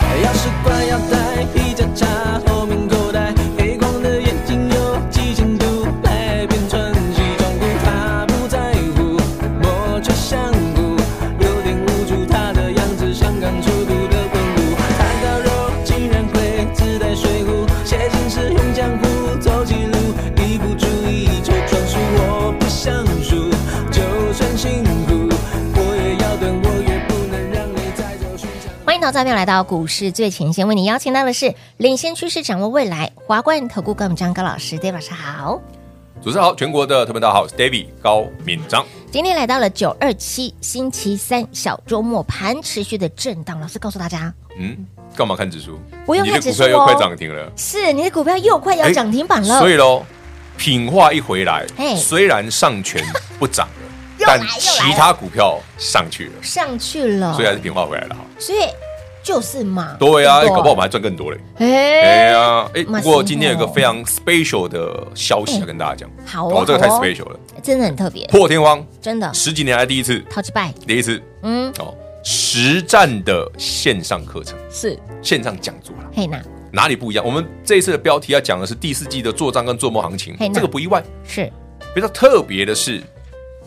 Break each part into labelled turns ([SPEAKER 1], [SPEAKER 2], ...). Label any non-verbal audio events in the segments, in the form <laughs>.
[SPEAKER 1] 钥匙挂腰带，皮夹插后面口袋，黑框的眼睛有极限度，来变穿西装裤，他不在乎，我却想哭，有点无助，他的样子像刚出炉的混乳，蛋糕肉竟然会自带水壶，写信时用浆糊走记录，一不注意就专属，我不想输，就算辛苦，我也要等，我也不能让你再走寻常。
[SPEAKER 2] 欢迎投资朋友来到股市最前线，为你邀请到的是领先趋势、掌握未来华冠投顾高敏章高老师，大家晚上好。
[SPEAKER 3] 主持人好，全国的特别大家好，我是 David 高敏章。
[SPEAKER 2] 今天来到了九二七星期三小周末盘持续的震荡，老师告诉大家，
[SPEAKER 3] 嗯，干嘛看指数？
[SPEAKER 2] 不用
[SPEAKER 3] 你
[SPEAKER 2] 看
[SPEAKER 3] 的
[SPEAKER 2] 指
[SPEAKER 3] 股
[SPEAKER 2] 数
[SPEAKER 3] 票又快涨
[SPEAKER 2] 哦，
[SPEAKER 3] 停了，
[SPEAKER 2] 是你的股票又快要
[SPEAKER 3] 哎
[SPEAKER 2] 涨停板了，
[SPEAKER 3] 所以喽，品化一回来
[SPEAKER 2] 嘿，
[SPEAKER 3] 虽然上权不涨
[SPEAKER 2] <laughs>
[SPEAKER 3] 了，
[SPEAKER 2] 又来哦
[SPEAKER 3] 但
[SPEAKER 2] 又来
[SPEAKER 3] 其他股票上去了，
[SPEAKER 2] 上去了，
[SPEAKER 3] 所以还是品化回来了哈。
[SPEAKER 2] 所以就是嘛，
[SPEAKER 3] 对啊，
[SPEAKER 2] 对
[SPEAKER 3] 搞不好我们还赚更多嘞。哎
[SPEAKER 2] 哎，
[SPEAKER 3] 呀，哎，
[SPEAKER 2] 嘛
[SPEAKER 3] 不过
[SPEAKER 2] 是
[SPEAKER 3] 今天有个
[SPEAKER 2] 哦
[SPEAKER 3] 非常 special 的消息
[SPEAKER 2] 哎
[SPEAKER 3] 要跟大家讲，
[SPEAKER 2] 好哦
[SPEAKER 3] 哦，这个太
[SPEAKER 2] 好哦
[SPEAKER 3] special 了，
[SPEAKER 2] 真的很特别，
[SPEAKER 3] 破天荒，
[SPEAKER 2] 真的，
[SPEAKER 3] 十几年来第一次，
[SPEAKER 2] 淘气拜，
[SPEAKER 3] 第一次
[SPEAKER 2] 嗯，
[SPEAKER 3] 哦，实战的线上课程、
[SPEAKER 2] 是，
[SPEAKER 3] 线上讲座啦。
[SPEAKER 2] 嘿娜
[SPEAKER 3] 哪里不一样？我们这一次的标题要讲的是第四季的做账跟做梦行情
[SPEAKER 2] 嘿，那
[SPEAKER 3] 这个不意外。
[SPEAKER 2] 是，
[SPEAKER 3] 比较特别的是，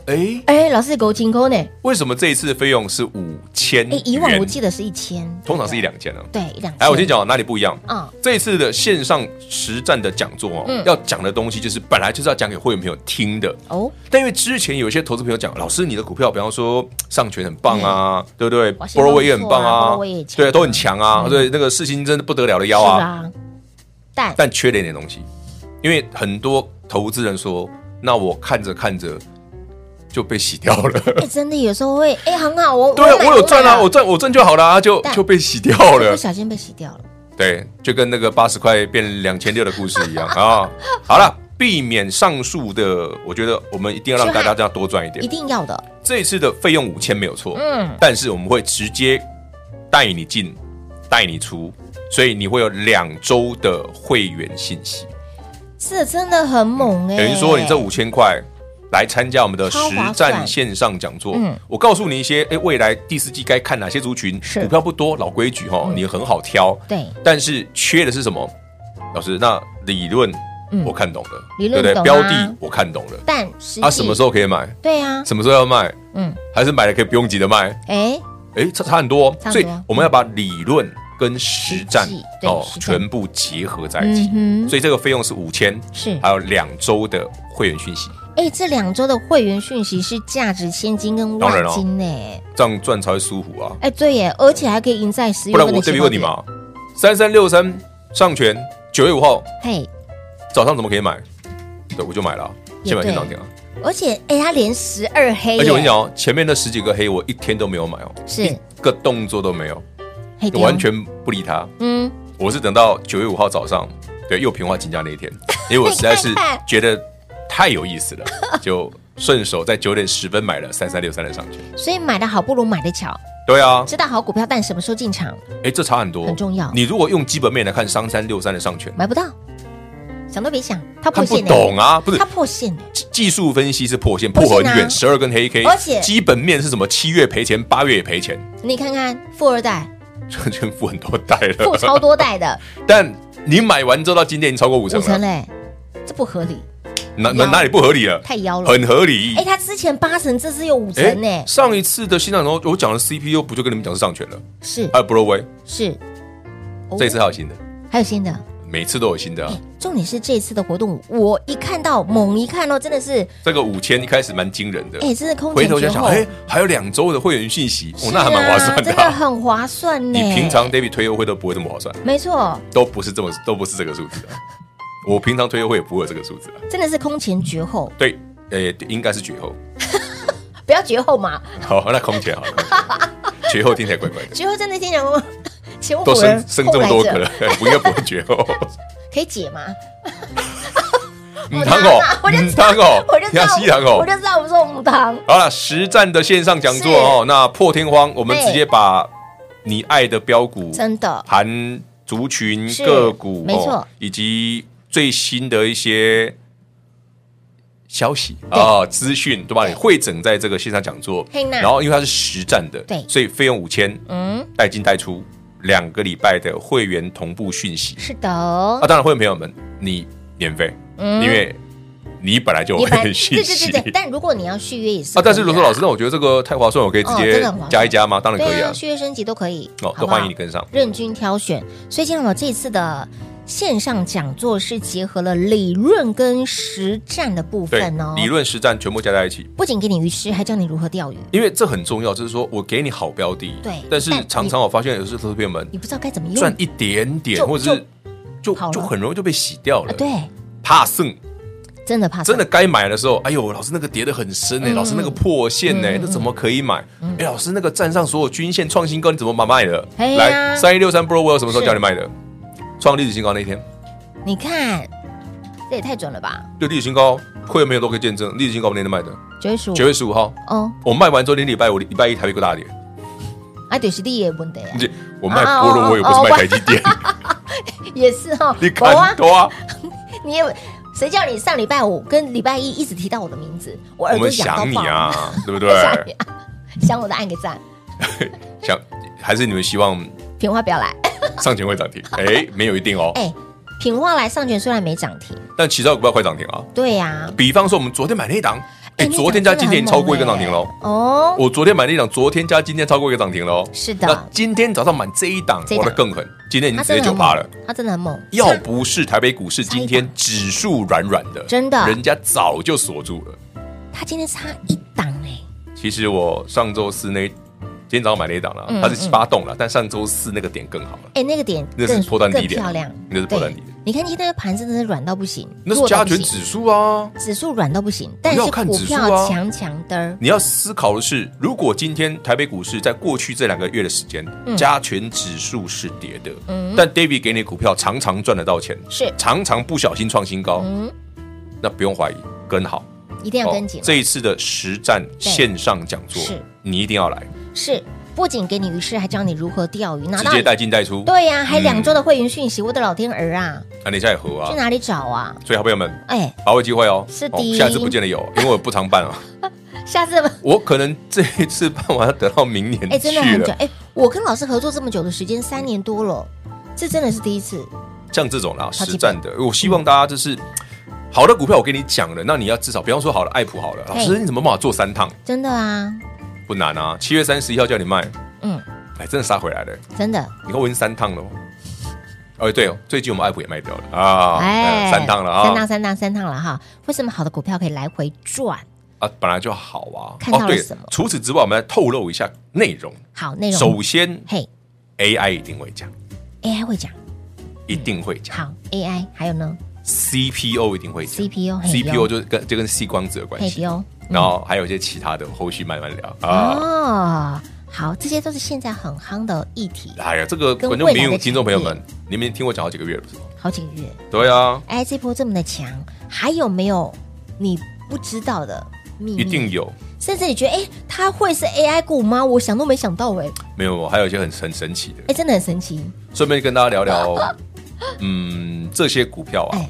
[SPEAKER 3] 哎，
[SPEAKER 2] 哎，老师狗金钩呢？
[SPEAKER 3] 为什么这一次的费用是五千
[SPEAKER 2] 哎
[SPEAKER 3] 元？，
[SPEAKER 2] 以往我记得是一千，
[SPEAKER 3] 通常是一两千啊。
[SPEAKER 2] 对一两千，
[SPEAKER 3] 哎，我先，讲哪里不一样。
[SPEAKER 2] 嗯，
[SPEAKER 3] 这一次的线上实战的讲座哦，
[SPEAKER 2] 嗯
[SPEAKER 3] 要讲的东西就是本来就是要讲给会员朋友听的，
[SPEAKER 2] 哦，
[SPEAKER 3] 但因为之前有一些投资朋友讲，老师你的股票，比方说上权很棒啊，对不对？
[SPEAKER 2] 哇
[SPEAKER 3] 波罗威也很棒
[SPEAKER 2] 波
[SPEAKER 3] 啊
[SPEAKER 2] 罗威也，强
[SPEAKER 3] 对，都很强啊，
[SPEAKER 2] 嗯
[SPEAKER 3] 对，那个世新真的不得了的
[SPEAKER 2] 是
[SPEAKER 3] 腰啊，
[SPEAKER 2] 啊，但
[SPEAKER 3] 但缺了一点东西，因为很多投资人说，那我看着看着就被洗掉了。
[SPEAKER 2] 哎，真的有时候会，哎，很好，我
[SPEAKER 3] 对啊，我有赚啊，我啊
[SPEAKER 2] 我买
[SPEAKER 3] 赚我赚就好啦，就
[SPEAKER 2] 但
[SPEAKER 3] 就被洗掉
[SPEAKER 2] 买不
[SPEAKER 3] 了。
[SPEAKER 2] 小心被洗掉了，
[SPEAKER 3] 对，就跟那个八十块变两千六的故事一样啊。好了，避免上述的，我觉得我们一定要让大家这样多赚一
[SPEAKER 2] 一
[SPEAKER 3] 点。
[SPEAKER 2] 定要的，
[SPEAKER 3] 这一次的费用五千没有错，
[SPEAKER 2] 嗯，
[SPEAKER 3] 但是我们会直接带你进，带你出，所以你会有两周的会员信息。
[SPEAKER 2] 这真的很猛哎，
[SPEAKER 3] 等于说你这五千块来参加我们的
[SPEAKER 2] 超
[SPEAKER 3] 实
[SPEAKER 2] 划算
[SPEAKER 3] 战线上讲座
[SPEAKER 2] 嗯，
[SPEAKER 3] 我告诉你一些哎、诶未来第四季该看哪些族群，
[SPEAKER 2] 是嗯
[SPEAKER 3] 股票不多，老规矩哈，你很好挑，
[SPEAKER 2] 对
[SPEAKER 3] 但是缺的是什么？老师，那理论
[SPEAKER 2] 嗯
[SPEAKER 3] 我看懂了，
[SPEAKER 2] 理
[SPEAKER 3] 对
[SPEAKER 2] 论懂啊
[SPEAKER 3] 不对？标的我看懂了，
[SPEAKER 2] 但实际
[SPEAKER 3] 啊，什么时候可以买？
[SPEAKER 2] 对啊，
[SPEAKER 3] 什么时候要卖？
[SPEAKER 2] 嗯，
[SPEAKER 3] 还是买了可以不用急着卖？
[SPEAKER 2] 哎，
[SPEAKER 3] 哎，差差很多哦
[SPEAKER 2] 差，很多
[SPEAKER 3] 所以我们要把理论跟实战
[SPEAKER 2] 实际对
[SPEAKER 3] 哦
[SPEAKER 2] 实战
[SPEAKER 3] 全部结合在一起
[SPEAKER 2] 嗯，哼
[SPEAKER 3] 所以这个费用是五千，
[SPEAKER 2] 是
[SPEAKER 3] 还有两周的会员讯息。
[SPEAKER 2] 哎，这两周的会员讯息是价值千金跟
[SPEAKER 3] 当然
[SPEAKER 2] 万
[SPEAKER 3] 哦
[SPEAKER 2] 金呢、
[SPEAKER 3] 这样赚才会舒服啊。
[SPEAKER 2] 哎，对耶，而且还可以赢在十月
[SPEAKER 3] 不然
[SPEAKER 2] 份的
[SPEAKER 3] 我
[SPEAKER 2] 起
[SPEAKER 3] 这
[SPEAKER 2] 跑点
[SPEAKER 3] 边问你，嘛，三三六三上权九月五号
[SPEAKER 2] 嘿，
[SPEAKER 3] 早上怎么可以买？对，我就买了啊、
[SPEAKER 2] 也
[SPEAKER 3] 先买
[SPEAKER 2] 对
[SPEAKER 3] 先涨停啊！
[SPEAKER 2] 而且哎，他连十二黑耶，
[SPEAKER 3] 而且我跟你讲哦，前面那十几个黑我一天都没有买哦，
[SPEAKER 2] 是
[SPEAKER 3] 一个动作都没有，
[SPEAKER 2] 嘿
[SPEAKER 3] 我
[SPEAKER 2] 对哦
[SPEAKER 3] 完全不理他。
[SPEAKER 2] 嗯，
[SPEAKER 3] 我是等到九月五号早上，对，又平花金价那
[SPEAKER 2] <laughs>
[SPEAKER 3] 一天，因为我实在是
[SPEAKER 2] 你看看
[SPEAKER 3] 觉得太有
[SPEAKER 2] <laughs>
[SPEAKER 3] 意思了，就顺手在九点十分买了三三六三的上权。
[SPEAKER 2] 所以买的好不如买的巧，
[SPEAKER 3] 对啊，
[SPEAKER 2] 知道好股票，但什么时候进场
[SPEAKER 3] 哎，这差很多，
[SPEAKER 2] 很重要
[SPEAKER 3] 你如果用基本面来看三三六三的上权，
[SPEAKER 2] 买不到，想都别想，它破
[SPEAKER 3] 看不
[SPEAKER 2] 线呢，欸
[SPEAKER 3] 懂啊，不是
[SPEAKER 2] 它破线呢，
[SPEAKER 3] 技技术分析是破线，
[SPEAKER 2] 破
[SPEAKER 3] 破
[SPEAKER 2] 线啊
[SPEAKER 3] 很远，十二根黑 K，
[SPEAKER 2] 而且
[SPEAKER 3] 基本面是什么？七月赔钱，八月也赔钱， <laughs>
[SPEAKER 2] 你看看富二代
[SPEAKER 3] 全全付很多代
[SPEAKER 2] 富
[SPEAKER 3] 了。
[SPEAKER 2] 超多代
[SPEAKER 3] <laughs>
[SPEAKER 2] 的
[SPEAKER 3] 但你买完之后到今天已经超过五
[SPEAKER 2] 五
[SPEAKER 3] 成
[SPEAKER 2] 成
[SPEAKER 3] 了，
[SPEAKER 2] 嘞，这不合理，
[SPEAKER 3] 哪
[SPEAKER 2] 腰
[SPEAKER 3] 哪哪里不合理了？
[SPEAKER 2] 太妖了。
[SPEAKER 3] 很合理
[SPEAKER 2] 哎，。他之前八成，这次又五
[SPEAKER 3] 诶
[SPEAKER 2] 成欸呢，
[SPEAKER 3] 上一次的新浪头我讲的 CPU 不就跟你们讲是上权了？
[SPEAKER 2] 是
[SPEAKER 3] 还有 Broadway，
[SPEAKER 2] 是，哦
[SPEAKER 3] 啊这一次还有新的，
[SPEAKER 2] 还有新的。
[SPEAKER 3] 每次都有新的啊。
[SPEAKER 2] 哎重点是这次的活动，我一看到猛一看哦，真的是，
[SPEAKER 3] 这个五千一开始蛮惊人的，
[SPEAKER 2] 哎、真的空
[SPEAKER 3] 回
[SPEAKER 2] 前
[SPEAKER 3] 头
[SPEAKER 2] 绝
[SPEAKER 3] 想想，
[SPEAKER 2] 后，
[SPEAKER 3] 哎，还有两周的会员讯息，哦，
[SPEAKER 2] 是
[SPEAKER 3] 那还蛮划算的
[SPEAKER 2] 真的
[SPEAKER 3] 啊。
[SPEAKER 2] 很欸划算呢。
[SPEAKER 3] 你平常 David 推优惠都不会这么划算。
[SPEAKER 2] 没错，
[SPEAKER 3] 都不是这么，都不是这个数字的。我平常推优惠也不会有这个数字啊。
[SPEAKER 2] 真的是空前绝后，
[SPEAKER 3] 对，呃，应该是绝后。
[SPEAKER 2] 不要绝后嘛，
[SPEAKER 3] 好，那空姐好了，空姐绝后听起来怪怪的，
[SPEAKER 2] 绝后真的听 <laughs> 讲过，前无
[SPEAKER 3] 都
[SPEAKER 2] 古人
[SPEAKER 3] 生生这么多
[SPEAKER 2] 后
[SPEAKER 3] 个
[SPEAKER 2] 来者
[SPEAKER 3] 了，不应该不会绝
[SPEAKER 2] <laughs>
[SPEAKER 3] 后。
[SPEAKER 2] 可以解吗？ <laughs>
[SPEAKER 3] 嗯，汤哦，
[SPEAKER 2] 我就
[SPEAKER 3] 嗯，
[SPEAKER 2] 知道
[SPEAKER 3] 汤哦
[SPEAKER 2] 我就，知
[SPEAKER 3] 亚
[SPEAKER 2] 道
[SPEAKER 3] 西汤哦
[SPEAKER 2] 我。就知道我说母堂，
[SPEAKER 3] 好了，实战的线上讲座哦，那破天荒，我们
[SPEAKER 2] 对
[SPEAKER 3] 直接把你爱的标股
[SPEAKER 2] 真的
[SPEAKER 3] 含族群
[SPEAKER 2] 是
[SPEAKER 3] 个股，
[SPEAKER 2] 没错
[SPEAKER 3] 哦，以及最新的一些消息
[SPEAKER 2] 对
[SPEAKER 3] 啊资讯，对吧？
[SPEAKER 2] 对
[SPEAKER 3] 你汇整在这个线上讲座，
[SPEAKER 2] 嘿呐
[SPEAKER 3] 然后因为它是实战的，
[SPEAKER 2] 对
[SPEAKER 3] 所以费用五千，
[SPEAKER 2] 嗯，
[SPEAKER 3] 带进带出两个礼拜的会员同步讯息
[SPEAKER 2] 是的哦
[SPEAKER 3] 啊，，当然会员朋友们，你免费，
[SPEAKER 2] 嗯
[SPEAKER 3] 因为你本来就
[SPEAKER 2] 你本来
[SPEAKER 3] 会
[SPEAKER 2] 对
[SPEAKER 3] 讯
[SPEAKER 2] 对
[SPEAKER 3] 息。
[SPEAKER 2] 对对，但如果你要续约也是
[SPEAKER 3] 啊，但是
[SPEAKER 2] 可以
[SPEAKER 3] 如
[SPEAKER 2] 的
[SPEAKER 3] 说
[SPEAKER 2] 啦
[SPEAKER 3] 老师，那我觉得这个太划算，我可以直
[SPEAKER 2] 哦真
[SPEAKER 3] 接
[SPEAKER 2] 的很划算
[SPEAKER 3] 加一加吗？当然可以
[SPEAKER 2] 对
[SPEAKER 3] 啊
[SPEAKER 2] 啊，。续约升级都可以，
[SPEAKER 3] 哦，
[SPEAKER 2] 好不
[SPEAKER 3] 都
[SPEAKER 2] 好
[SPEAKER 3] 欢迎你跟上。
[SPEAKER 2] 任君挑选。所以，金老这次的线上讲座是结合了理论跟实战的部
[SPEAKER 3] 对
[SPEAKER 2] 分哦，，
[SPEAKER 3] 理论实战全部加在一起，
[SPEAKER 2] 不仅给你鱼吃，还教你如何钓鱼。
[SPEAKER 3] 因为这很重要。就是说我给你好标的，
[SPEAKER 2] 对
[SPEAKER 3] 但是
[SPEAKER 2] 但
[SPEAKER 3] 常常我发现有些投资朋友们
[SPEAKER 2] 你不知道该怎么用
[SPEAKER 3] 赚一点点，
[SPEAKER 2] 就
[SPEAKER 3] 或者是就
[SPEAKER 2] 跑了
[SPEAKER 3] 就很容易就被洗掉
[SPEAKER 2] 啊
[SPEAKER 3] 了，，
[SPEAKER 2] 对，
[SPEAKER 3] 怕剩。
[SPEAKER 2] 真的怕死
[SPEAKER 3] 真的该买的时候，哎呦，老师那个跌得很深呢、
[SPEAKER 2] 嗯
[SPEAKER 3] 老师那个破线呢、
[SPEAKER 2] 嗯嗯嗯
[SPEAKER 3] 那怎么可以买？哎，老师那个站上所有均线创新高，你怎么把卖的？
[SPEAKER 2] 哎呀
[SPEAKER 3] 来，三一六三 Broadwell 什么时候
[SPEAKER 2] 是
[SPEAKER 3] 叫你卖的？创历史新高那一天，
[SPEAKER 2] 你看，这也太准了吧？
[SPEAKER 3] 对历史新高，会员朋友都可以见证，历史新高我们那天卖的，
[SPEAKER 2] 九月十五
[SPEAKER 3] 九，月十五号，
[SPEAKER 2] 哦，
[SPEAKER 3] 我卖完之后，连礼拜五、礼拜一台北股大跌，
[SPEAKER 2] 啊，对，是你的问题啊，哦
[SPEAKER 3] 你我卖波罗，我也不是卖台积
[SPEAKER 2] <laughs>
[SPEAKER 3] 电，
[SPEAKER 2] 也是哦，
[SPEAKER 3] 你
[SPEAKER 2] 有啊
[SPEAKER 3] 看，多啊，
[SPEAKER 2] 你也谁叫你上礼拜五跟礼拜一一直提到我的名字，我
[SPEAKER 3] 我
[SPEAKER 2] 耳朵
[SPEAKER 3] 们
[SPEAKER 2] 痒到
[SPEAKER 3] 想你
[SPEAKER 2] 爆，
[SPEAKER 3] 啊，
[SPEAKER 2] <laughs>
[SPEAKER 3] 对不对？
[SPEAKER 2] 想你啊，想我的按个赞，
[SPEAKER 3] 想还是你们希望
[SPEAKER 2] 平花不要来，
[SPEAKER 3] 上前会
[SPEAKER 2] <laughs>
[SPEAKER 3] 涨停？哎，没有一定哦，
[SPEAKER 2] 哎，平花来上权虽然没涨停，
[SPEAKER 3] 但其他股票快涨停啊。
[SPEAKER 2] 对呀，
[SPEAKER 3] 比方说，我们昨天买那一档，哎，
[SPEAKER 2] 那
[SPEAKER 3] 昨天加今天已经超过一个涨停喽。
[SPEAKER 2] 哦，
[SPEAKER 3] 我昨天买那一档，昨天加今天超过一个涨停喽。
[SPEAKER 2] 是的，
[SPEAKER 3] 那今天早上买这一档，
[SPEAKER 2] 这一
[SPEAKER 3] 我
[SPEAKER 2] 档
[SPEAKER 3] 的更狠，今天已经
[SPEAKER 2] 他
[SPEAKER 3] 直接
[SPEAKER 2] 真的
[SPEAKER 3] 九
[SPEAKER 2] 很
[SPEAKER 3] 趴了
[SPEAKER 2] 猛。，他真的很猛，
[SPEAKER 3] 要不是台北股市今
[SPEAKER 2] 差一
[SPEAKER 3] 天
[SPEAKER 2] 档
[SPEAKER 3] 指数软软的，
[SPEAKER 2] 真的
[SPEAKER 3] 人家早就锁住了。
[SPEAKER 2] 他今天差一档哎，
[SPEAKER 3] 其实我上周四那今天早上买那一档了
[SPEAKER 2] 嗯，
[SPEAKER 3] 它是七八栋了，但上周四那个点更好了，
[SPEAKER 2] 哎，那个点
[SPEAKER 3] 那是
[SPEAKER 2] 更
[SPEAKER 3] 破断低
[SPEAKER 2] 更
[SPEAKER 3] 点
[SPEAKER 2] 漂亮，
[SPEAKER 3] 那是破断低
[SPEAKER 2] 对
[SPEAKER 3] 点，
[SPEAKER 2] 你看今天的盘真的是软到不行，
[SPEAKER 3] 那是
[SPEAKER 2] 弱到
[SPEAKER 3] 加
[SPEAKER 2] 不
[SPEAKER 3] 权
[SPEAKER 2] 行
[SPEAKER 3] 指数啊。
[SPEAKER 2] 指数软到不行，但是
[SPEAKER 3] 要看
[SPEAKER 2] 股
[SPEAKER 3] 指数
[SPEAKER 2] 票
[SPEAKER 3] 啊
[SPEAKER 2] 强强的儿，
[SPEAKER 3] 你要思考的是，如果今天台北股市在过去这两个月的时间，
[SPEAKER 2] 嗯
[SPEAKER 3] 加权指数是跌的，但 David 给你的股票常常赚得到钱，
[SPEAKER 2] 是
[SPEAKER 3] 常常不小心创新高，
[SPEAKER 2] 嗯，
[SPEAKER 3] 那不用怀疑，跟好。
[SPEAKER 2] 一定要跟
[SPEAKER 3] 哦
[SPEAKER 2] 紧了，
[SPEAKER 3] 这一次的实战线上讲座
[SPEAKER 2] 是，
[SPEAKER 3] 你一定要来，
[SPEAKER 2] 是不仅给你鱼吃，还教你如何钓鱼，拿
[SPEAKER 3] 直
[SPEAKER 2] 到
[SPEAKER 3] 接
[SPEAKER 2] 你
[SPEAKER 3] 带进带出。
[SPEAKER 2] 对呀，还
[SPEAKER 3] 嗯
[SPEAKER 2] 两周的会员讯息，我的老天儿啊，
[SPEAKER 3] 那你现在合啊
[SPEAKER 2] 去，哪里找啊？
[SPEAKER 3] 所以好朋友们，
[SPEAKER 2] 哎，
[SPEAKER 3] <laughs> 把握机会哦。
[SPEAKER 2] 是的
[SPEAKER 3] 哦，下次不见得有，因为我不
[SPEAKER 2] <laughs>
[SPEAKER 3] 常办啊，
[SPEAKER 2] 下次吧。
[SPEAKER 3] 我可能这一次办完要等到明年
[SPEAKER 2] 哎，真的
[SPEAKER 3] 去
[SPEAKER 2] 很久
[SPEAKER 3] 了。
[SPEAKER 2] 哎，我跟老师合作这么久的时间，三年多了，这真的是第一次。
[SPEAKER 3] 像这种啦，啊
[SPEAKER 2] 超级
[SPEAKER 3] 实战的，我希望大家就是好的股票，我跟你讲了，那你要至少，比方说好了，爱普好了，老师
[SPEAKER 2] 嘿
[SPEAKER 3] 你怎么办法做三趟？
[SPEAKER 2] 真的啊，
[SPEAKER 3] 不难啊，七月三十一号叫你卖，
[SPEAKER 2] 嗯，
[SPEAKER 3] 哎，真的杀回来了，
[SPEAKER 2] 真的，
[SPEAKER 3] 你看我已经三趟了哦。哦，对哦，最近我们爱普也卖掉了啊，呃三趟了啊，
[SPEAKER 2] 哎三趟三趟三趟了哈。为什么好的股票可以来回转？
[SPEAKER 3] 啊，本来就好啊。
[SPEAKER 2] 看到了
[SPEAKER 3] 对
[SPEAKER 2] 什么
[SPEAKER 3] 除此之外，我们来透露一下内容。
[SPEAKER 2] 好内容
[SPEAKER 3] 首，先
[SPEAKER 2] 嘿
[SPEAKER 3] ，AI 一定会讲，
[SPEAKER 2] ，AI 会讲，
[SPEAKER 3] 一定会讲
[SPEAKER 2] 好 AI，还有呢
[SPEAKER 3] CPO 一定会讲
[SPEAKER 2] CPU 嘿有
[SPEAKER 3] CPO 就是跟就跟细光子有关
[SPEAKER 2] 嘿
[SPEAKER 3] 系，
[SPEAKER 2] 丢
[SPEAKER 3] 然后还有一些其他的，后续慢慢聊啊。
[SPEAKER 2] 哦，好，这些都是现在很夯的议题，
[SPEAKER 3] 哎呀，这个
[SPEAKER 2] 跟
[SPEAKER 3] 观众
[SPEAKER 2] 未来
[SPEAKER 3] 朋
[SPEAKER 2] 的
[SPEAKER 3] 友、
[SPEAKER 2] 产
[SPEAKER 3] 听众朋友
[SPEAKER 2] 业
[SPEAKER 3] 们，你们也听我讲好几个月了，不是吗？
[SPEAKER 2] 好几个月。
[SPEAKER 3] 对啊，
[SPEAKER 2] 哎，这波这么的强，还有没有你不知道的秘密？
[SPEAKER 3] 一定，有。
[SPEAKER 2] 甚至你觉得，哎，它会是 AI 股吗？我想都没想到，哎，
[SPEAKER 3] 没有，还有一些很很神奇的。
[SPEAKER 2] 哎，真的很神奇。
[SPEAKER 3] 顺便跟大家聊
[SPEAKER 2] <laughs>
[SPEAKER 3] 聊，嗯，这些股票啊
[SPEAKER 2] 哎，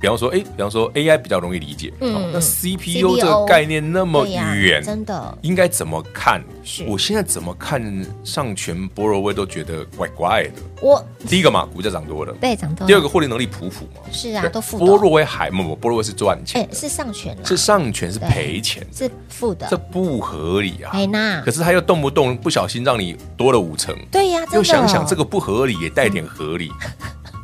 [SPEAKER 3] 比方说，哎，比方说 AI 比较容易理解，
[SPEAKER 2] 嗯
[SPEAKER 3] 哦那
[SPEAKER 2] 嗯
[SPEAKER 3] CPU 这个概念那么
[SPEAKER 2] 对呀
[SPEAKER 3] 远，
[SPEAKER 2] 真的
[SPEAKER 3] 应该怎么看
[SPEAKER 2] 是？
[SPEAKER 3] 我现在怎么看上全波罗威都觉得怪怪的。
[SPEAKER 2] 我
[SPEAKER 3] 第一个嘛，股价涨多了；
[SPEAKER 2] 对涨多了。
[SPEAKER 3] 第二个，获利能力普普嘛。
[SPEAKER 2] 是啊
[SPEAKER 3] 对
[SPEAKER 2] 都负的
[SPEAKER 3] 波罗威还不不，波罗威是赚钱
[SPEAKER 2] 哎
[SPEAKER 3] 的，
[SPEAKER 2] 是上权了，
[SPEAKER 3] 是上权是
[SPEAKER 2] 对
[SPEAKER 3] 赔钱的，
[SPEAKER 2] 是负的
[SPEAKER 3] 这，不合理啊。
[SPEAKER 2] 哎那
[SPEAKER 3] 可是他又动不动不小心让你多了五成，
[SPEAKER 2] 对呀，真的哦
[SPEAKER 3] 又想想这个不合理，也带点合
[SPEAKER 2] <laughs>
[SPEAKER 3] 理。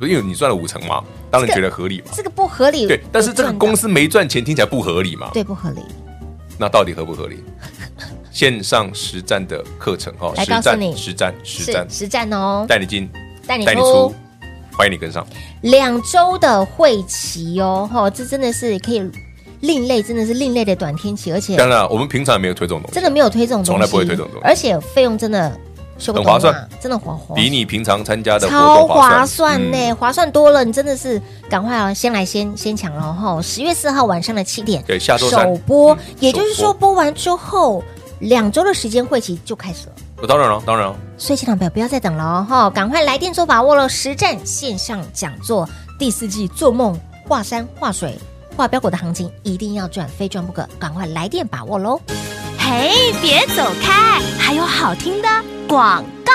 [SPEAKER 3] 因为你赚了五成嘛，当然觉得合理嘛。
[SPEAKER 2] 这个不合理，
[SPEAKER 3] 对，但是这个
[SPEAKER 2] 赚到
[SPEAKER 3] 公司没赚钱，听起来不合理嘛？
[SPEAKER 2] 对不合理，
[SPEAKER 3] 那到底合不合理？线上实战的课程哦，
[SPEAKER 2] 来
[SPEAKER 3] 实
[SPEAKER 2] 告诉你
[SPEAKER 3] 战实战实
[SPEAKER 2] 是
[SPEAKER 3] 战，
[SPEAKER 2] 实战哦，
[SPEAKER 3] 带你进，
[SPEAKER 2] 带你
[SPEAKER 3] 带你
[SPEAKER 2] 出
[SPEAKER 3] 出，欢迎你跟上。
[SPEAKER 2] 两周的会期哦，吼，这真的是可以另类真的是另类的短天期，而且
[SPEAKER 3] 当然了，啊我们平常也没有推这种东西，
[SPEAKER 2] 真的没有推这种东西，
[SPEAKER 3] 从来不会推这种东西
[SPEAKER 2] 而且费用真的修不
[SPEAKER 3] 很
[SPEAKER 2] 懂
[SPEAKER 3] 划算
[SPEAKER 2] 啊，真的划划
[SPEAKER 3] 比你平常参加的活
[SPEAKER 2] 超
[SPEAKER 3] 动
[SPEAKER 2] 划
[SPEAKER 3] 划
[SPEAKER 2] 算呢、
[SPEAKER 3] 嗯
[SPEAKER 2] 划算多了，你真的是赶快啊，先来先先抢了哈！十月四号晚上的七点，
[SPEAKER 3] 对下周三
[SPEAKER 2] 首播
[SPEAKER 3] 嗯，
[SPEAKER 2] 也就是
[SPEAKER 3] 首
[SPEAKER 2] 说播完之后两周的时间会期就开始了，
[SPEAKER 3] 呃当然了，当然了，
[SPEAKER 2] 所以现场朋友不要再等了哦哈，赶快来电做把握了！实战线上讲座第四季，做梦画山画水画标股的行情一定要赚，非赚不可，赶快来电把握喽！
[SPEAKER 4] 嘿，别走开，还有好听的广告。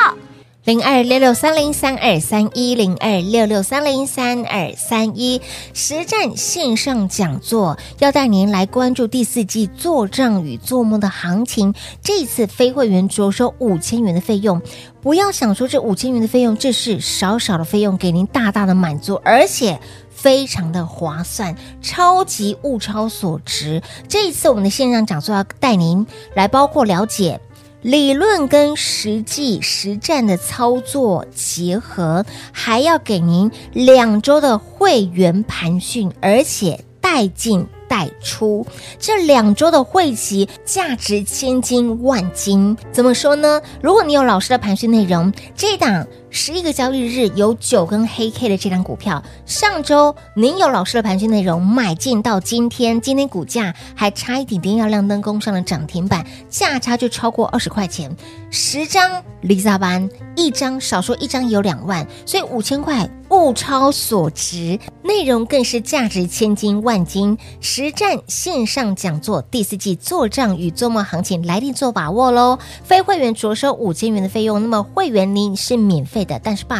[SPEAKER 2] 零二六六三零三二三一零二六六三零三二三一实战线上讲座，要带您来关注第四季做账与做梦的行情。这次非会员着收五千元的费用，不要想说这五千元的费用，这是少少的费用，给您大大的满足，而且。非常的划算，超级物超所值。这一次我们的线上讲座要带您来包括了解理论跟实际实战的操作结合，还要给您两周的会员盘训，而且带进带出。这两周的会期价值千金万金，怎么说呢？如果你有老师的盘训内容，这档十一个交易日有九根黑 K 的这档股票，上周您有老师的盘训内容买进到今天，今天股价还差一点点要亮灯攻上了涨停板，价差就超过二十块钱，十张离萨班，一张少说一张有两万，所以五千块物超所值，内容更是价值千金万金。实战线上讲座第四季做账与做梦行情来定做把握喽！非会员着收五千元的费用，那么会员您是免费的，但是 but。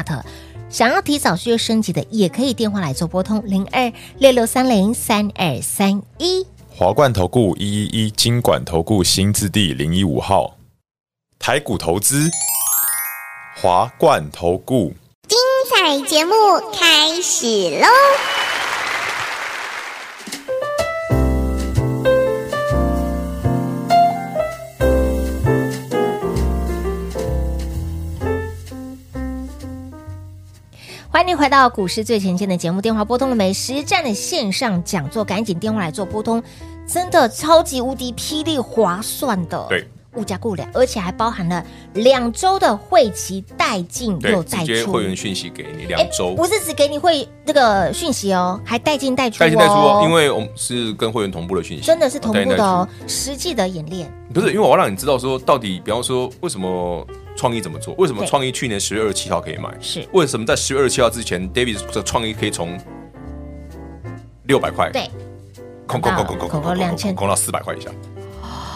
[SPEAKER 2] 想要提早续约升级的，也可以电话来做拨通零二六六三零三二三一。
[SPEAKER 5] 华冠投顾一一一金管投顾新字第零一五号，台股投资，华冠投顾。
[SPEAKER 6] 彩节目开始喽！
[SPEAKER 2] 欢迎回到股市最前线的节目，电话拨通了没？实战的线上讲座，赶紧电话来做拨通，真的超级无敌霹雳划算的，
[SPEAKER 3] 对，
[SPEAKER 2] 物价过了，而且还包含了两周的会期带进
[SPEAKER 3] 对
[SPEAKER 2] 又，带
[SPEAKER 3] 直接
[SPEAKER 2] 出，
[SPEAKER 3] 会员讯息给你两
[SPEAKER 2] 哎
[SPEAKER 3] 周，
[SPEAKER 2] 不是只给你会那个讯息哦，还带进带出、哦，
[SPEAKER 3] 带进带出哦，因为我们是跟会员同步的讯息，
[SPEAKER 2] 真的是同
[SPEAKER 3] 带
[SPEAKER 2] 步
[SPEAKER 3] 进带
[SPEAKER 2] 的
[SPEAKER 3] 出
[SPEAKER 2] 哦，实际的演练，
[SPEAKER 3] 不是，因为我要让你知道说，到底比方说，为什么创意怎么做？为什么
[SPEAKER 2] 对
[SPEAKER 3] 创意去年十月二十七号可以买？
[SPEAKER 2] 是
[SPEAKER 3] 为什么在十月二十七号之前，David 的创意可以从六百块，
[SPEAKER 2] 对，
[SPEAKER 3] 空空空空空空空空空空到四百块以下，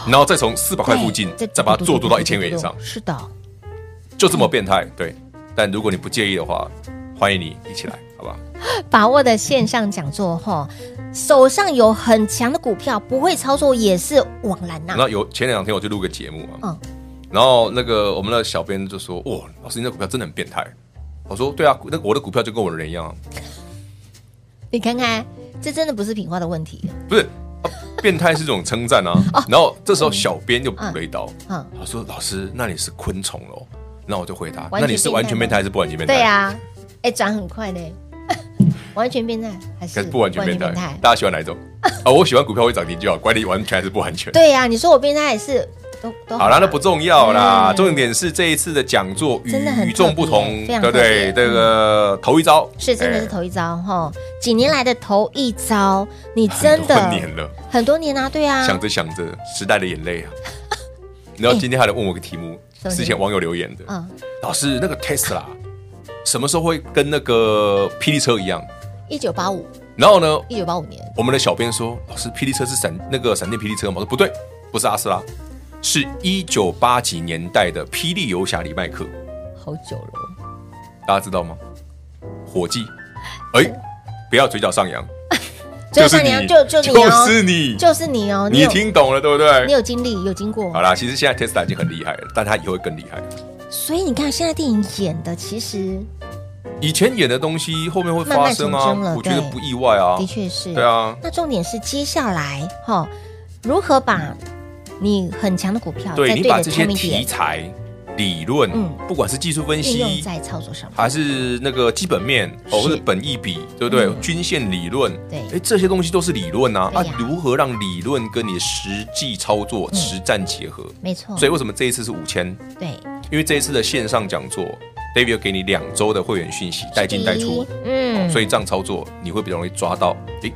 [SPEAKER 3] 然后再从四百块附近
[SPEAKER 2] 对
[SPEAKER 3] 再把它做多到一千元以上，
[SPEAKER 2] 是的，
[SPEAKER 3] 就这么变态。对，但如果你不介意的话，欢迎你一起来，好吧？
[SPEAKER 2] 把握的线上讲座哈，手上有很强的股票，不会操作也是枉然呐、
[SPEAKER 3] 然后有前两天我就录个节目啊，
[SPEAKER 2] 啊嗯
[SPEAKER 3] 然后那个我们的小编就说：“哇，老师，你那股票真的很变态。”我说：“对啊，那我的股票就跟我的人一样啊。”
[SPEAKER 2] 你看看，这真的不是品化的问题，
[SPEAKER 3] 不是、啊变态是一种称
[SPEAKER 2] <laughs>
[SPEAKER 3] 赞啊。然后这时候小编就补了一刀，
[SPEAKER 2] 哦嗯，
[SPEAKER 3] 他说：“老师，那你是昆虫喽？”那我就回答：“
[SPEAKER 2] 完全
[SPEAKER 3] 那你是完全变态还是不完全变态？”
[SPEAKER 2] 对，啊，哎，涨很快呢， <laughs> 完全变态还
[SPEAKER 3] 可
[SPEAKER 2] 是
[SPEAKER 3] 是不完全变态，大家喜欢哪一
[SPEAKER 2] <laughs>
[SPEAKER 3] 种？啊，我喜欢股票会涨停就好，管你完全还是不完全。
[SPEAKER 2] 对呀、啊，你说我变态也是都都
[SPEAKER 3] 好啦，那不重要啦，
[SPEAKER 2] 嗯
[SPEAKER 3] 重点是这一次的讲座与
[SPEAKER 2] 真的很
[SPEAKER 3] 与众不
[SPEAKER 2] 特别
[SPEAKER 3] 同，
[SPEAKER 2] 非常
[SPEAKER 3] 对不
[SPEAKER 2] 特别嗯
[SPEAKER 3] 对？这个头一招
[SPEAKER 2] 是真的是
[SPEAKER 3] 哎
[SPEAKER 2] 头一招哈、吼几年来的头一招，你真
[SPEAKER 3] <laughs> 很
[SPEAKER 2] 的
[SPEAKER 3] 多年了，
[SPEAKER 2] 很多年啊，对啊，
[SPEAKER 3] 想着想着，时代的眼
[SPEAKER 2] <laughs>
[SPEAKER 3] 泪啊。然后今天还来问我个题目，
[SPEAKER 2] 哎什么题
[SPEAKER 3] 之前网友留言的，
[SPEAKER 2] 嗯，
[SPEAKER 3] 老师，那个 Tesla 什么时候会跟那个霹雳车一样？
[SPEAKER 2] 一九八五
[SPEAKER 3] 然后呢，
[SPEAKER 2] 一九八五年
[SPEAKER 3] 我们的小编说，老师，霹雳车是闪那个闪电霹雳车吗？我说不对，不是阿斯拉，是一九八几年代的霹雳游侠李麦克，
[SPEAKER 2] 好久了，
[SPEAKER 3] 大家知道吗？伙计，哎，不要嘴角上扬，
[SPEAKER 2] 上扬就就你
[SPEAKER 3] 就
[SPEAKER 2] 哦，
[SPEAKER 3] 是你，
[SPEAKER 2] 就是你哦，
[SPEAKER 3] 你
[SPEAKER 2] 有
[SPEAKER 3] 听懂了对不
[SPEAKER 2] 你
[SPEAKER 3] 对？
[SPEAKER 2] 有经历有经过，
[SPEAKER 3] 好啦，其实现在 Tesla 已经很厉害了，但它以后会更厉害。
[SPEAKER 2] 所以你看现在电影演的其实
[SPEAKER 3] 以前演的东西后面会
[SPEAKER 2] 慢
[SPEAKER 3] 发
[SPEAKER 2] 慢
[SPEAKER 3] 生
[SPEAKER 2] 成真
[SPEAKER 3] 啊
[SPEAKER 2] 了，
[SPEAKER 3] 我觉得
[SPEAKER 2] 对
[SPEAKER 3] 不意外啊
[SPEAKER 2] 的。确是、
[SPEAKER 3] 对啊，
[SPEAKER 2] 那重点是接下来哈、如何把你很强的股票
[SPEAKER 3] 对
[SPEAKER 2] 在
[SPEAKER 3] 你
[SPEAKER 2] 啊对
[SPEAKER 3] 把
[SPEAKER 2] 的
[SPEAKER 3] 这些
[SPEAKER 2] timing
[SPEAKER 3] 题
[SPEAKER 2] 点
[SPEAKER 3] 材理论，
[SPEAKER 2] 嗯
[SPEAKER 3] 不管是技术分
[SPEAKER 2] 运用
[SPEAKER 3] 析，
[SPEAKER 2] 在操作上面。
[SPEAKER 3] 还是那个基本面哦，
[SPEAKER 2] 是
[SPEAKER 3] 或者本益比，对不对？
[SPEAKER 2] 嗯
[SPEAKER 3] 均线理论，
[SPEAKER 2] 对
[SPEAKER 3] 哎，这些东西都是理论呐。
[SPEAKER 2] 对
[SPEAKER 3] 啊
[SPEAKER 2] 呀，嗯
[SPEAKER 3] 如何让理论跟你的实际操作实战结合？
[SPEAKER 2] 没错，
[SPEAKER 3] 所以为什么这一次是五千？
[SPEAKER 2] 对
[SPEAKER 3] 因为这一次的线上讲座，David 有给你两周的会员讯息，带进带出，，哦
[SPEAKER 2] 嗯，
[SPEAKER 3] 所以这样操作你会比较容易抓到，诶，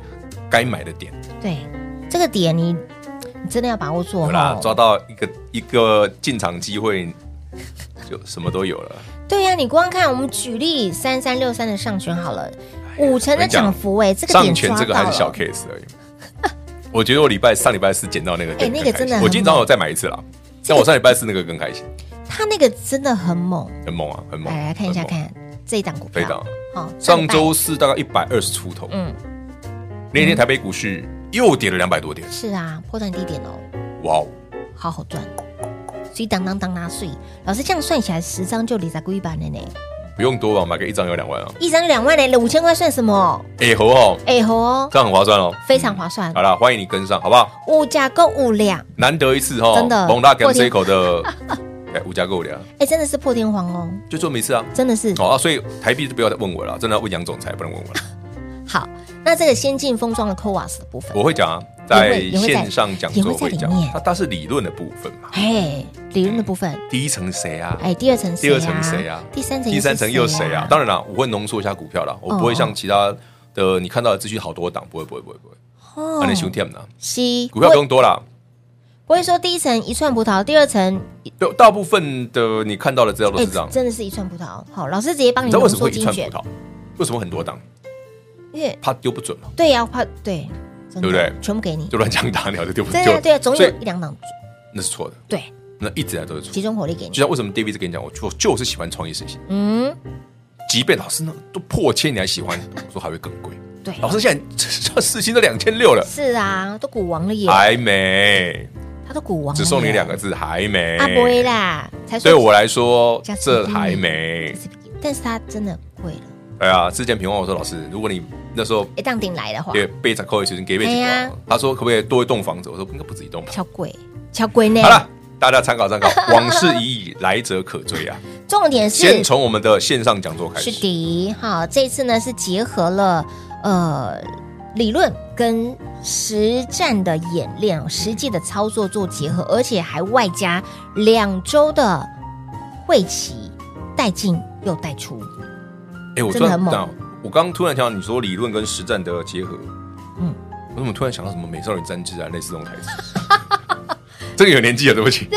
[SPEAKER 3] 该买的点。
[SPEAKER 2] 对这个点你你真的要把握住
[SPEAKER 3] 有啦
[SPEAKER 2] 哦，。
[SPEAKER 3] 抓到一个一个进场机会，就什么都有了。
[SPEAKER 2] 对呀、你光看我们举例三三六三的上权好了，五成
[SPEAKER 3] 哎我跟
[SPEAKER 2] 的
[SPEAKER 3] 你讲
[SPEAKER 2] 涨幅哎、这个
[SPEAKER 3] 上
[SPEAKER 2] 点
[SPEAKER 3] 权
[SPEAKER 2] 抓
[SPEAKER 3] 这个还
[SPEAKER 2] 到
[SPEAKER 3] 是小
[SPEAKER 2] 了，
[SPEAKER 3] case 而已。 <laughs> 我觉得我礼拜上礼拜四捡到那个更，
[SPEAKER 2] 哎那个
[SPEAKER 3] 更开
[SPEAKER 2] 真的
[SPEAKER 3] 心
[SPEAKER 2] 很
[SPEAKER 3] 我今天早上有再买一次啦。但我上礼拜四那个更开心，
[SPEAKER 2] 他那个真的很猛。
[SPEAKER 3] 很猛啊，很猛。
[SPEAKER 2] 来来看一下
[SPEAKER 3] 很猛
[SPEAKER 2] 看这一档股
[SPEAKER 3] 这
[SPEAKER 2] 票，
[SPEAKER 3] 一档
[SPEAKER 2] 好，
[SPEAKER 3] 上
[SPEAKER 2] 礼拜
[SPEAKER 3] 周四大概一百二十出头，
[SPEAKER 2] 嗯
[SPEAKER 3] 那天台北股市又跌了两百多点，
[SPEAKER 2] 是啊，破断低点哦，
[SPEAKER 3] 哇哦！
[SPEAKER 2] 好好赚。所以当当当拉碎，老师这样算起来，十张就理财一版了呢，
[SPEAKER 3] 不用多吧，买个一张有两万啊。
[SPEAKER 2] 一张就两万嘞，五千块算什么？
[SPEAKER 3] 哎，猴哦，
[SPEAKER 2] 哎吼哦，
[SPEAKER 3] 这样很划算哦，
[SPEAKER 2] 非常划算
[SPEAKER 3] 好，啦，欢迎你跟上，好不好？
[SPEAKER 2] 物价够五两，
[SPEAKER 3] 难得一次哈，
[SPEAKER 2] 真的
[SPEAKER 3] 蒙大跟
[SPEAKER 2] 破天
[SPEAKER 3] 这一口的，哎，五家够了，
[SPEAKER 2] 哎，真的是破天荒哦，
[SPEAKER 3] 就做每次啊。
[SPEAKER 2] 真的是
[SPEAKER 3] 哦啊，所以台币就不要再问我了啦，真的要问杨总裁，不能问我了。
[SPEAKER 2] 好。那这个先进封装的 COAS 的部分，
[SPEAKER 3] 我会讲啊，
[SPEAKER 2] 你
[SPEAKER 3] 在
[SPEAKER 2] 会你会在
[SPEAKER 3] 线上讲座会
[SPEAKER 2] 你会在
[SPEAKER 3] 讲
[SPEAKER 2] 里面，
[SPEAKER 3] 它它是理论的部分嘛。
[SPEAKER 2] 嘿，理论的部分，
[SPEAKER 3] 第一层谁啊？
[SPEAKER 2] 哎，第二层
[SPEAKER 3] 第
[SPEAKER 2] 谁啊
[SPEAKER 3] 二层谁啊？
[SPEAKER 2] 第三层
[SPEAKER 3] 第三层又谁啊？当
[SPEAKER 2] 然
[SPEAKER 3] 然啦，我会浓缩一下股票啦，我不
[SPEAKER 2] 哦
[SPEAKER 3] 会像其他的你看到的资讯好多档，不会不会不会不会，
[SPEAKER 2] 哦
[SPEAKER 3] 啊，你熊 team 啦，
[SPEAKER 2] 西
[SPEAKER 3] 股票不用多啦。
[SPEAKER 2] 不会说第一层一串葡萄，第二层
[SPEAKER 3] 对，大部分的你看到的资料都
[SPEAKER 2] 哎
[SPEAKER 3] 是这样。
[SPEAKER 2] 真的是一串葡萄。好，老师直接帮
[SPEAKER 3] 你
[SPEAKER 2] 嗯你
[SPEAKER 3] 知道为
[SPEAKER 2] 浓
[SPEAKER 3] 什么
[SPEAKER 2] 缩
[SPEAKER 3] 会一
[SPEAKER 2] 精
[SPEAKER 3] 串葡
[SPEAKER 2] 选，
[SPEAKER 3] 萄？为什么很多档？
[SPEAKER 2] 因为
[SPEAKER 3] 怕丢不准嘛，
[SPEAKER 2] 对呀、怕对，真的
[SPEAKER 3] 对不对
[SPEAKER 2] 全部给你，
[SPEAKER 3] 就乱枪打鸟就丢不
[SPEAKER 2] 对
[SPEAKER 3] 准。
[SPEAKER 2] 啊，对啊，总
[SPEAKER 3] 所
[SPEAKER 2] 有
[SPEAKER 3] 以
[SPEAKER 2] 一两档
[SPEAKER 3] 那是错的，
[SPEAKER 2] 对，
[SPEAKER 3] 那一直以来都是错
[SPEAKER 2] 集
[SPEAKER 3] 的。
[SPEAKER 2] 中火力给
[SPEAKER 3] 就
[SPEAKER 2] 你。
[SPEAKER 3] 像为什么 David 一直跟你讲，我就就是喜欢创业事情，
[SPEAKER 2] 嗯，
[SPEAKER 3] 即便老师那都破千你还喜欢，我说还会更贵。
[SPEAKER 2] 对，
[SPEAKER 3] 老师现在这这四星都两千六了，
[SPEAKER 2] 是啊，都股王了耶，
[SPEAKER 3] 还没，
[SPEAKER 2] 他都股王了耶，
[SPEAKER 3] 哎只送你两个字，还没。
[SPEAKER 2] 阿威啦，才
[SPEAKER 3] 对我来说
[SPEAKER 2] 下，次
[SPEAKER 3] 这
[SPEAKER 2] 给你
[SPEAKER 3] 还没。，
[SPEAKER 2] 但是他真的贵了，
[SPEAKER 3] 对啊，之前评论我说老师，如果你那时候
[SPEAKER 2] 一档顶来的话，
[SPEAKER 3] 给被砸扣一时间给被
[SPEAKER 2] 哎
[SPEAKER 3] 砸
[SPEAKER 2] 呀，
[SPEAKER 3] 他说可不可以多一栋房子？我说应该不止一栋吧。
[SPEAKER 2] 超贵，超贵呢
[SPEAKER 3] 好。了，大家参考参考，往事已矣，来者可追啊！
[SPEAKER 2] 重点 <laughs>
[SPEAKER 3] 先
[SPEAKER 2] 是
[SPEAKER 3] 从我们的线上讲座开
[SPEAKER 2] 是
[SPEAKER 3] 始，
[SPEAKER 2] 的，好，这次呢是结合了呃理论跟实战的演练，实际的操作做结合，而且还外加两周的会期带进又带出，
[SPEAKER 3] 哎，我
[SPEAKER 2] 真的
[SPEAKER 3] 突然
[SPEAKER 2] 很猛
[SPEAKER 3] 到，我刚刚突然想到你说理论跟实战的结合，
[SPEAKER 2] 嗯
[SPEAKER 3] 嗯，我怎么突然想到什么美少女战士啊，类似这种台词？ <laughs> 这个有年纪了，
[SPEAKER 2] <laughs>
[SPEAKER 3] 对不起，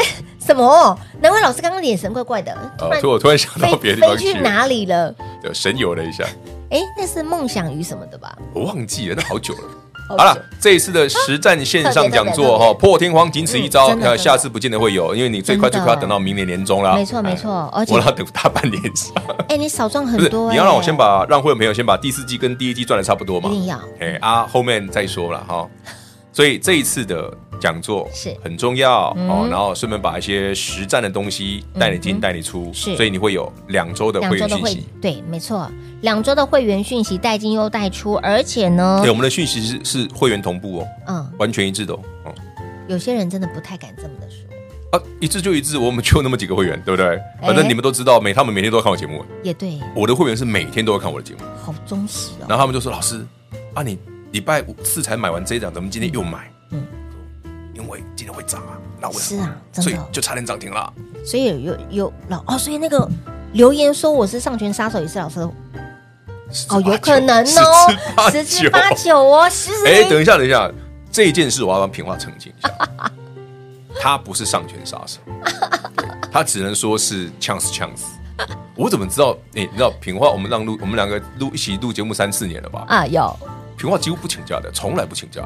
[SPEAKER 2] 什么？难怪老师刚刚眼神怪怪的，突
[SPEAKER 3] 啊，
[SPEAKER 2] 然
[SPEAKER 3] 所以我突然想到别
[SPEAKER 2] 飞
[SPEAKER 3] 的地
[SPEAKER 2] 飞
[SPEAKER 3] 方去
[SPEAKER 2] 去
[SPEAKER 3] 了，
[SPEAKER 2] 哪里了？
[SPEAKER 3] 对神游了一下，
[SPEAKER 2] 哎，那是梦想与什么的吧？
[SPEAKER 3] 我忘记了，那好久了。
[SPEAKER 2] <laughs> 好
[SPEAKER 3] 好了，这一次的实战线上讲座哈，破天荒仅此一
[SPEAKER 2] 嗯
[SPEAKER 3] 招，
[SPEAKER 2] 真的真的
[SPEAKER 3] 呃，下次不见得会有，因为你最快
[SPEAKER 2] 真
[SPEAKER 3] 最
[SPEAKER 2] 的
[SPEAKER 3] 快要等到明年年中啦。
[SPEAKER 2] 没错没错
[SPEAKER 3] 哎
[SPEAKER 2] 而且
[SPEAKER 3] 我要等大半年 <laughs> 以上。
[SPEAKER 2] 哎，你少赚
[SPEAKER 3] 不是
[SPEAKER 2] 很多，哎
[SPEAKER 3] 你要让我先把让会员朋友先把第四季跟第一季赚的差不多嘛
[SPEAKER 2] 一？定要
[SPEAKER 3] 哎啊，后面再说了哈。所以这一次的讲座
[SPEAKER 2] 是
[SPEAKER 3] 很重要
[SPEAKER 2] 嗯
[SPEAKER 3] 哦，然后顺便把一些实战的东西带你
[SPEAKER 2] 嗯
[SPEAKER 3] 进
[SPEAKER 2] 哼
[SPEAKER 3] 带你出，
[SPEAKER 2] 是
[SPEAKER 3] 所以你会有两周的
[SPEAKER 2] 两
[SPEAKER 3] 会
[SPEAKER 2] 周
[SPEAKER 3] 员
[SPEAKER 2] 的
[SPEAKER 3] 讯
[SPEAKER 2] 会
[SPEAKER 3] 息。
[SPEAKER 2] 对，没错，两周的会员讯息带进又带出，而且呢
[SPEAKER 3] 对，，哎我们的讯息是是会员同步哦，
[SPEAKER 2] 嗯，
[SPEAKER 3] 完全一致的哦。哦
[SPEAKER 2] 有些人真的不太敢这么的说，
[SPEAKER 3] 啊，一致就一致，我们就那么几个会员，对不
[SPEAKER 2] 哎
[SPEAKER 3] 对？反正你们都知道，每他们每天都要看我节目，
[SPEAKER 2] 也对，
[SPEAKER 3] 我的会员是每天都要看我的节目，
[SPEAKER 2] 好忠实哦。
[SPEAKER 3] 然后他们就说：“老师，啊，你礼拜五四才买完这一档，怎么今天又买？”
[SPEAKER 2] 嗯
[SPEAKER 3] 嗯，因为今天会涨啊，那为
[SPEAKER 2] 是
[SPEAKER 3] 什么？
[SPEAKER 2] 啊，真
[SPEAKER 3] 所以
[SPEAKER 2] 的，
[SPEAKER 3] 就差点涨停了。
[SPEAKER 2] 所以有有老哦，所以那个留言说我是上拳杀手，也是老师的
[SPEAKER 3] 十之
[SPEAKER 2] 哦，
[SPEAKER 3] 八
[SPEAKER 2] 有
[SPEAKER 3] 九
[SPEAKER 2] 可能哦，
[SPEAKER 3] 十
[SPEAKER 2] 十
[SPEAKER 3] 之
[SPEAKER 2] 之
[SPEAKER 3] 八
[SPEAKER 2] 八
[SPEAKER 3] 九。
[SPEAKER 2] 九哦，十之
[SPEAKER 3] 哎，等一下，等一下，这一件事我要帮平话澄清一下，他不是上拳杀
[SPEAKER 2] <laughs>
[SPEAKER 3] 手，对他只能说是 chance chance。我怎么知道？哎，你知道平话，我们让录，我们两个录一起录节目三四年了吧？
[SPEAKER 2] 啊有，
[SPEAKER 3] 平话几乎不请假的，从来不请假。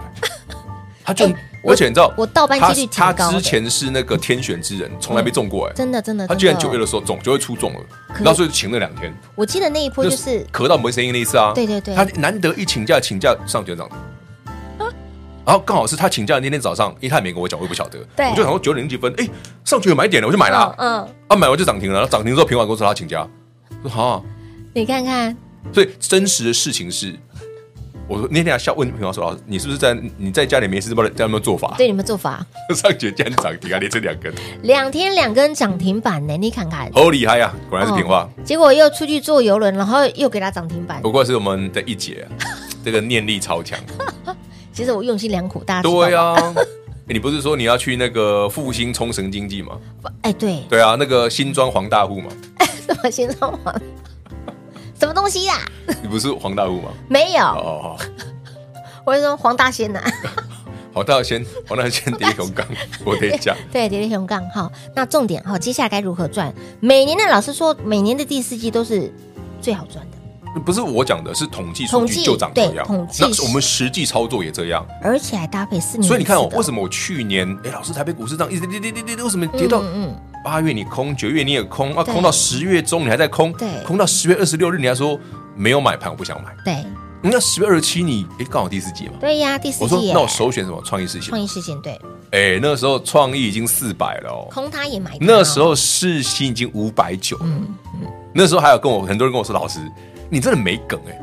[SPEAKER 3] 他就，而且你知道，
[SPEAKER 2] 哎我倒班
[SPEAKER 3] 他
[SPEAKER 2] 几率挺
[SPEAKER 3] 他
[SPEAKER 2] 高的嗯
[SPEAKER 3] 之前是那个天选之人，从来没中过哎。
[SPEAKER 2] 真的真的，
[SPEAKER 3] 他
[SPEAKER 2] 真
[SPEAKER 3] 居然
[SPEAKER 2] 的
[SPEAKER 3] 九月的时候中，就会出中了，
[SPEAKER 2] 可是
[SPEAKER 3] 然后所以请了两天，
[SPEAKER 2] 我记得那一波就是
[SPEAKER 3] 咳到没声音那一次啊。
[SPEAKER 2] 对对啊对
[SPEAKER 3] 他难得一请假，请假上全场。然后刚好是他请假的那天早上，因为他也没跟我讲，我也不晓得。
[SPEAKER 2] 对
[SPEAKER 3] 我就想说九点零几分，哎，上去有买点了，我就买了啊，
[SPEAKER 2] 嗯，
[SPEAKER 3] 啊买完就涨停了。然后涨停之后，平晚跟我说他请假，我说好啊。
[SPEAKER 2] 嗯你看看
[SPEAKER 3] 所以真实的事情是，我说那天还笑问平华说老师，你是不是在你在家里没事，不知道在有没有做法？
[SPEAKER 2] 对你们做法，
[SPEAKER 3] <laughs> 上学家涨停啊，连这两根，
[SPEAKER 2] 两天两根涨停板呢，你看看，
[SPEAKER 3] 好厉害啊！果然是平华，
[SPEAKER 2] 哦结果又出去坐游轮，然后又给它涨停板
[SPEAKER 3] 不。过是我们的一姐啊，这个念力超强。
[SPEAKER 2] 其实我用心良苦，大家知道
[SPEAKER 3] 对
[SPEAKER 2] 吧，
[SPEAKER 3] 啊， <laughs> 欸你不是说你要去那个复兴冲绳经济吗？
[SPEAKER 2] 哎，对，
[SPEAKER 3] 对啊，那个新庄黄大户嘛，
[SPEAKER 2] 什么新上
[SPEAKER 3] <laughs>
[SPEAKER 2] 网，什么东西啦？
[SPEAKER 3] 你不是黄大户吗？
[SPEAKER 2] 没
[SPEAKER 3] 哦
[SPEAKER 2] 有，
[SPEAKER 3] 哦，哦
[SPEAKER 2] 我是说黄大仙呐、 <laughs>
[SPEAKER 3] 黄大仙，黄大仙第一雄刚，我得
[SPEAKER 2] <laughs>
[SPEAKER 3] 讲，
[SPEAKER 2] 对，跌跌熊杠哈。那重点哈，接下来该如何赚？每年的老师说，每年的第四季都是最好赚的，
[SPEAKER 3] 不是我讲的，是统计数
[SPEAKER 2] 统
[SPEAKER 3] 据
[SPEAKER 2] 计
[SPEAKER 3] 就长这
[SPEAKER 2] 对
[SPEAKER 3] 样
[SPEAKER 2] 统，计
[SPEAKER 3] 那我们实际操作也这样。
[SPEAKER 2] 而且还搭配四年。
[SPEAKER 3] 所以你看哦，为
[SPEAKER 2] 么？
[SPEAKER 3] 什么我去年，哎，老师台北股市这样一直跌跌跌跌跌，为什么跌到
[SPEAKER 2] 嗯嗯，
[SPEAKER 3] 八月你空，九月你也空，啊，
[SPEAKER 2] 对
[SPEAKER 3] 空到十月中你还在空，
[SPEAKER 2] 对
[SPEAKER 3] 空到十月二十六日你还说没有买盘，我不想买。
[SPEAKER 2] 对
[SPEAKER 3] 那十月二十七你，哎，刚好第四季嘛。
[SPEAKER 2] 对呀，第四
[SPEAKER 3] 我说
[SPEAKER 2] 季耶啊
[SPEAKER 3] 那我首选什么？创意事情
[SPEAKER 2] 创。意事件对，
[SPEAKER 3] 哎，那个时候创意已经四百了哦，
[SPEAKER 2] 空它也买它哦，
[SPEAKER 3] 那时候世新已经五百九，
[SPEAKER 2] 嗯
[SPEAKER 3] 那时候还有跟我很多人跟我说，老师你真的没梗哎、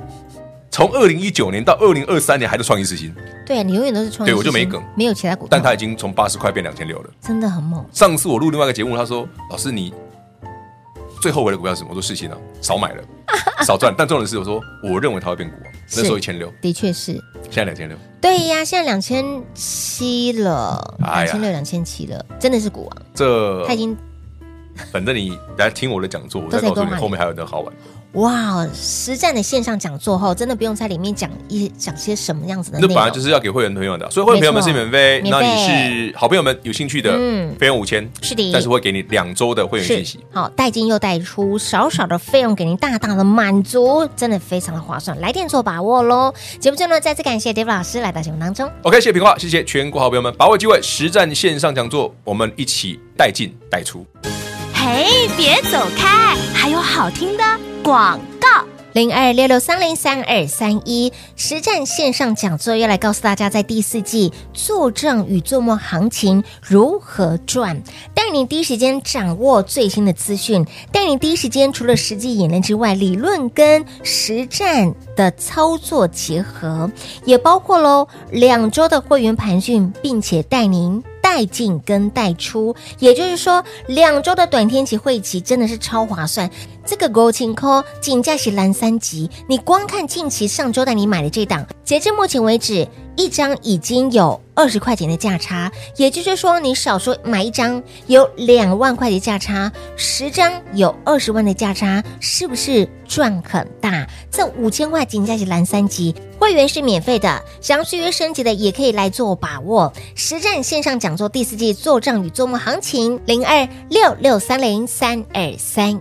[SPEAKER 3] 从二零一九年到二零二三年还在创意世新，
[SPEAKER 2] 对你永远都是创意事件，
[SPEAKER 3] 对我就没梗
[SPEAKER 2] 没有其他股票，
[SPEAKER 3] 但它已经从八十块变两千六了。
[SPEAKER 2] 真的很猛，
[SPEAKER 3] 上次我录另外一个节目，他说老师你最后悔的股票是什么？我说世新啊，少买
[SPEAKER 2] <laughs>
[SPEAKER 3] 了，少赚。但重点是我说我认为它会变股王，那时候一
[SPEAKER 2] 是
[SPEAKER 3] 千六，
[SPEAKER 2] 的确是。
[SPEAKER 3] 现在两千六，
[SPEAKER 2] 对呀，现在两千七了，两
[SPEAKER 3] 哎呀呃
[SPEAKER 2] 千六、两千七了，真的是股王，
[SPEAKER 3] 这
[SPEAKER 2] 他已经
[SPEAKER 3] 反正你来听我的讲座，我再
[SPEAKER 2] 都在
[SPEAKER 3] 告诉你
[SPEAKER 2] 动画里
[SPEAKER 3] 后面还有的好玩。
[SPEAKER 2] 哇，实战的线上讲座后，真的不用在里面讲一讲些什么样子的内
[SPEAKER 3] 那
[SPEAKER 2] 容，
[SPEAKER 3] 本来就是要给会员朋友的，所以会员朋友们是免费。
[SPEAKER 2] 没错
[SPEAKER 3] 那
[SPEAKER 2] 免
[SPEAKER 3] 你是好朋友们有兴趣的，
[SPEAKER 2] 嗯
[SPEAKER 3] 费用五千，
[SPEAKER 2] 是的
[SPEAKER 3] 但是会给你两周的会员信息。
[SPEAKER 2] 好，带进又带出，少少的费用给您大大的满足，真的非常的划算，来电做把握喽！节目最后呢，再次感谢 Dave 老师来到节目当中。
[SPEAKER 3] OK，谢谢平话，谢谢全国好朋友们，把握机会，实战线上讲座，我们一起带进带出。
[SPEAKER 4] 嘿，别走开，还有好听的广告。
[SPEAKER 2] 零二六六三零三二三一实战线上讲座要来告诉大家，在第四季做账与做梦行情如何赚，带你第一时间掌握最新的资讯，带你第一时间除了实际演练之外，理论跟实战的操作结合，也包括喽两周的会员盘训，并且带您。带进跟带出，也就是说，两周的短天期会期真的是超划算。这个国情科仅价是蓝三级，你光看近期上周带你买的这档，截至目前为止，一张已经有二十块钱的价差，也就是说，你少说买一张有两万块的价差，十张有二十万的价差，是不是赚很大？这五千块仅价是蓝三级，会员是免费的，想要续约升级的也可以来做把握。实战线上讲座第四季做账与做梦行情零二六六三零三二三